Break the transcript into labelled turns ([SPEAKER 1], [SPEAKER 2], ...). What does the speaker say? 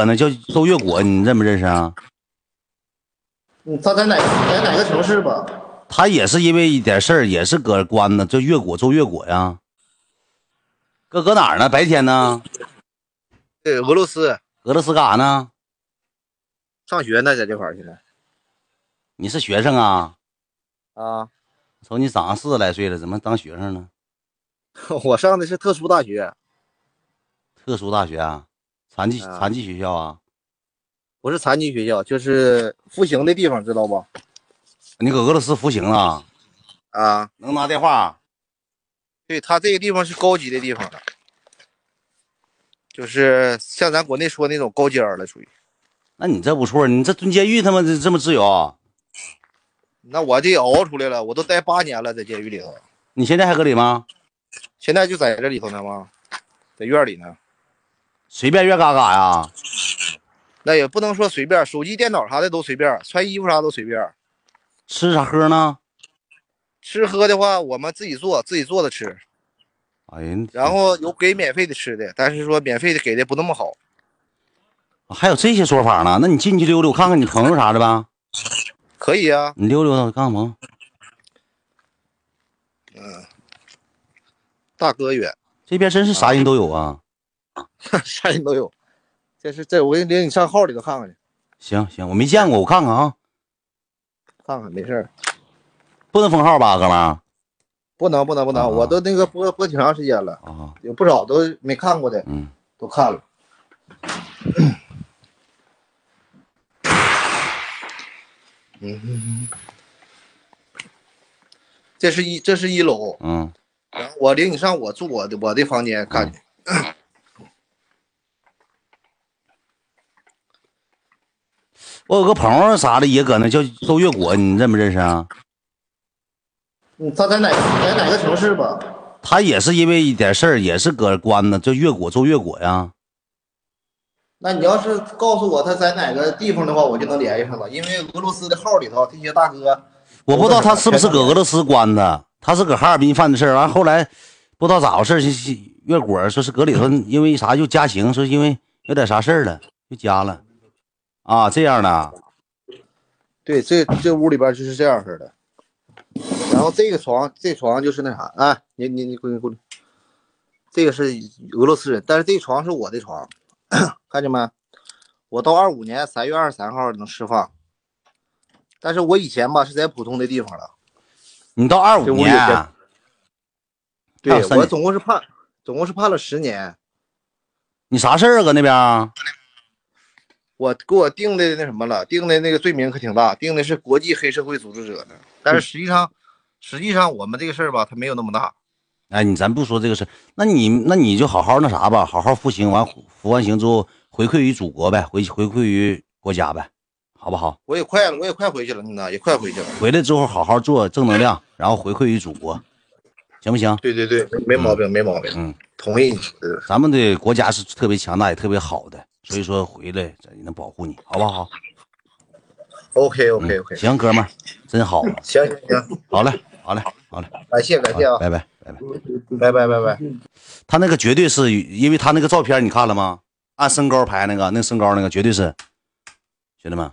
[SPEAKER 1] 可能叫周越果，你认不认识啊？
[SPEAKER 2] 嗯，他在哪在哪个城市吧？
[SPEAKER 1] 他也是因为一点事儿，也是搁关呢，叫越果周越果呀。搁搁哪儿呢？白天呢？
[SPEAKER 3] 对，俄罗斯
[SPEAKER 1] 俄罗斯干啥呢？
[SPEAKER 3] 上学呢，在这块儿现在
[SPEAKER 1] 你是学生啊？
[SPEAKER 3] 啊，
[SPEAKER 1] 瞅你长四十来岁了，怎么当学生呢？
[SPEAKER 3] 我上的是特殊大学，
[SPEAKER 1] 特殊大学啊？残疾
[SPEAKER 3] 啊
[SPEAKER 1] 残疾学校啊？
[SPEAKER 3] 不是残疾学校，就是服刑的地方，知道不？
[SPEAKER 1] 你搁俄罗斯服刑了？
[SPEAKER 3] 啊，
[SPEAKER 1] 能拿电话？
[SPEAKER 3] 对他这个地方是高级的地方了，就是像咱国内说那种高尖儿了，属于。
[SPEAKER 1] 那你这不错，你这蹲监狱他妈这这么自由，啊
[SPEAKER 3] 那我这熬出来了，我都待八年了，在监狱里头，
[SPEAKER 1] 你现在还搁里吗？
[SPEAKER 3] 现在就在这里头呢吗？在院里呢，
[SPEAKER 1] 随便愿干干呀？
[SPEAKER 3] 那也不能说随便，手机、电脑啥的都随便，穿衣服啥都随便。
[SPEAKER 1] 吃啥喝呢？
[SPEAKER 3] 吃喝的话，我们自己做，自己做的吃，
[SPEAKER 1] 哎呀，
[SPEAKER 3] 然后有给免费的吃的，但是说免费的给的不那么好。
[SPEAKER 1] 还有这些说法呢？那你进去溜溜，看看你朋友啥的呗。
[SPEAKER 3] 可以啊，
[SPEAKER 1] 你溜溜看看朋友。
[SPEAKER 3] 大哥远，
[SPEAKER 1] 这边真是啥人都有啊。
[SPEAKER 3] 啥人都有。这是这，我给你领你上号里头看看去，
[SPEAKER 1] 行行，我没见过，我看看啊。
[SPEAKER 3] 看看没事儿。
[SPEAKER 1] 不能封号吧，哥们儿？
[SPEAKER 3] 不能不能不能，
[SPEAKER 1] 啊
[SPEAKER 3] 我都那个播播挺长时间了，
[SPEAKER 1] 啊，
[SPEAKER 3] 有不少都没看过的
[SPEAKER 1] 嗯，
[SPEAKER 3] 都看 了。嗯，这是一这是一楼，
[SPEAKER 1] 嗯，
[SPEAKER 3] 然后我领你上我住我的我的房间看去。
[SPEAKER 1] 我有个朋友啥的也搁那叫周越果，你认不认识啊？
[SPEAKER 2] 嗯，他在哪在哪个城市吧？
[SPEAKER 1] 他也是因为一点事儿，也是搁关呢，叫越果周越果呀。
[SPEAKER 2] 那你要是告诉我他在哪个地方的话，我就能联系上了，因为俄罗斯的号里头这些大哥，
[SPEAKER 1] 我不知道他是不是搁俄罗斯关的，他是搁哈尔滨犯的事儿。完后来不知道咋回事儿，是是越果说是搁 里头，因为啥又加刑，说因为有点啥事儿了，又加了。啊，这样的啊，
[SPEAKER 3] 对，这这屋里边就是这样式的。然后这个床，这床就是那啥，啊，你你你过来过来，这个是俄罗斯人，但是这床是我的床， 看见没？我到二五年三月二十三号能释放，但是我以前吧是在普通的地方了，
[SPEAKER 1] 你到二
[SPEAKER 3] 这
[SPEAKER 1] 五
[SPEAKER 3] 屋有
[SPEAKER 1] 年
[SPEAKER 3] 钱
[SPEAKER 1] 啊，还
[SPEAKER 3] 对
[SPEAKER 1] 有三
[SPEAKER 3] 啊我
[SPEAKER 1] 年
[SPEAKER 3] 总共是判，总共是判了十年，
[SPEAKER 1] 你啥事儿啊？搁那边儿
[SPEAKER 3] 我给我定的那什么了，定的那个罪名可挺大，定的是国际黑社会组织者呢，但是实际上，实际上我们这个事儿吧，它没有那么大。
[SPEAKER 1] 哎，你咱不说这个事儿，那你那你就好好那啥吧，好好服刑完服完刑之后回馈于祖国呗，回回馈于国家呗，好不好？
[SPEAKER 3] 我也快了，我也快回去了，嗯呐，也快回去了。
[SPEAKER 1] 回来之后好好做正能量，然后回馈于祖国，行不行？
[SPEAKER 3] 对对对，没没毛病，没毛病。
[SPEAKER 1] 嗯，
[SPEAKER 3] 同意你。嗯
[SPEAKER 1] 咱们的国家是特别强大也特别好的，所以说回来咱也能保护你，好不好？
[SPEAKER 3] OK
[SPEAKER 1] 嗯
[SPEAKER 3] OK OK，
[SPEAKER 1] 行，哥们儿，真好啊，
[SPEAKER 3] 行行行，
[SPEAKER 1] 好嘞，好嘞，好嘞，
[SPEAKER 3] 感谢感
[SPEAKER 1] 好
[SPEAKER 3] 谢
[SPEAKER 1] 嘞
[SPEAKER 3] 啊，
[SPEAKER 1] 拜拜，拜拜。
[SPEAKER 3] 拜拜拜拜。
[SPEAKER 1] 他那个绝对是因为他那个照片你看了吗？按身高排那个，那身高那个绝对是，兄弟们，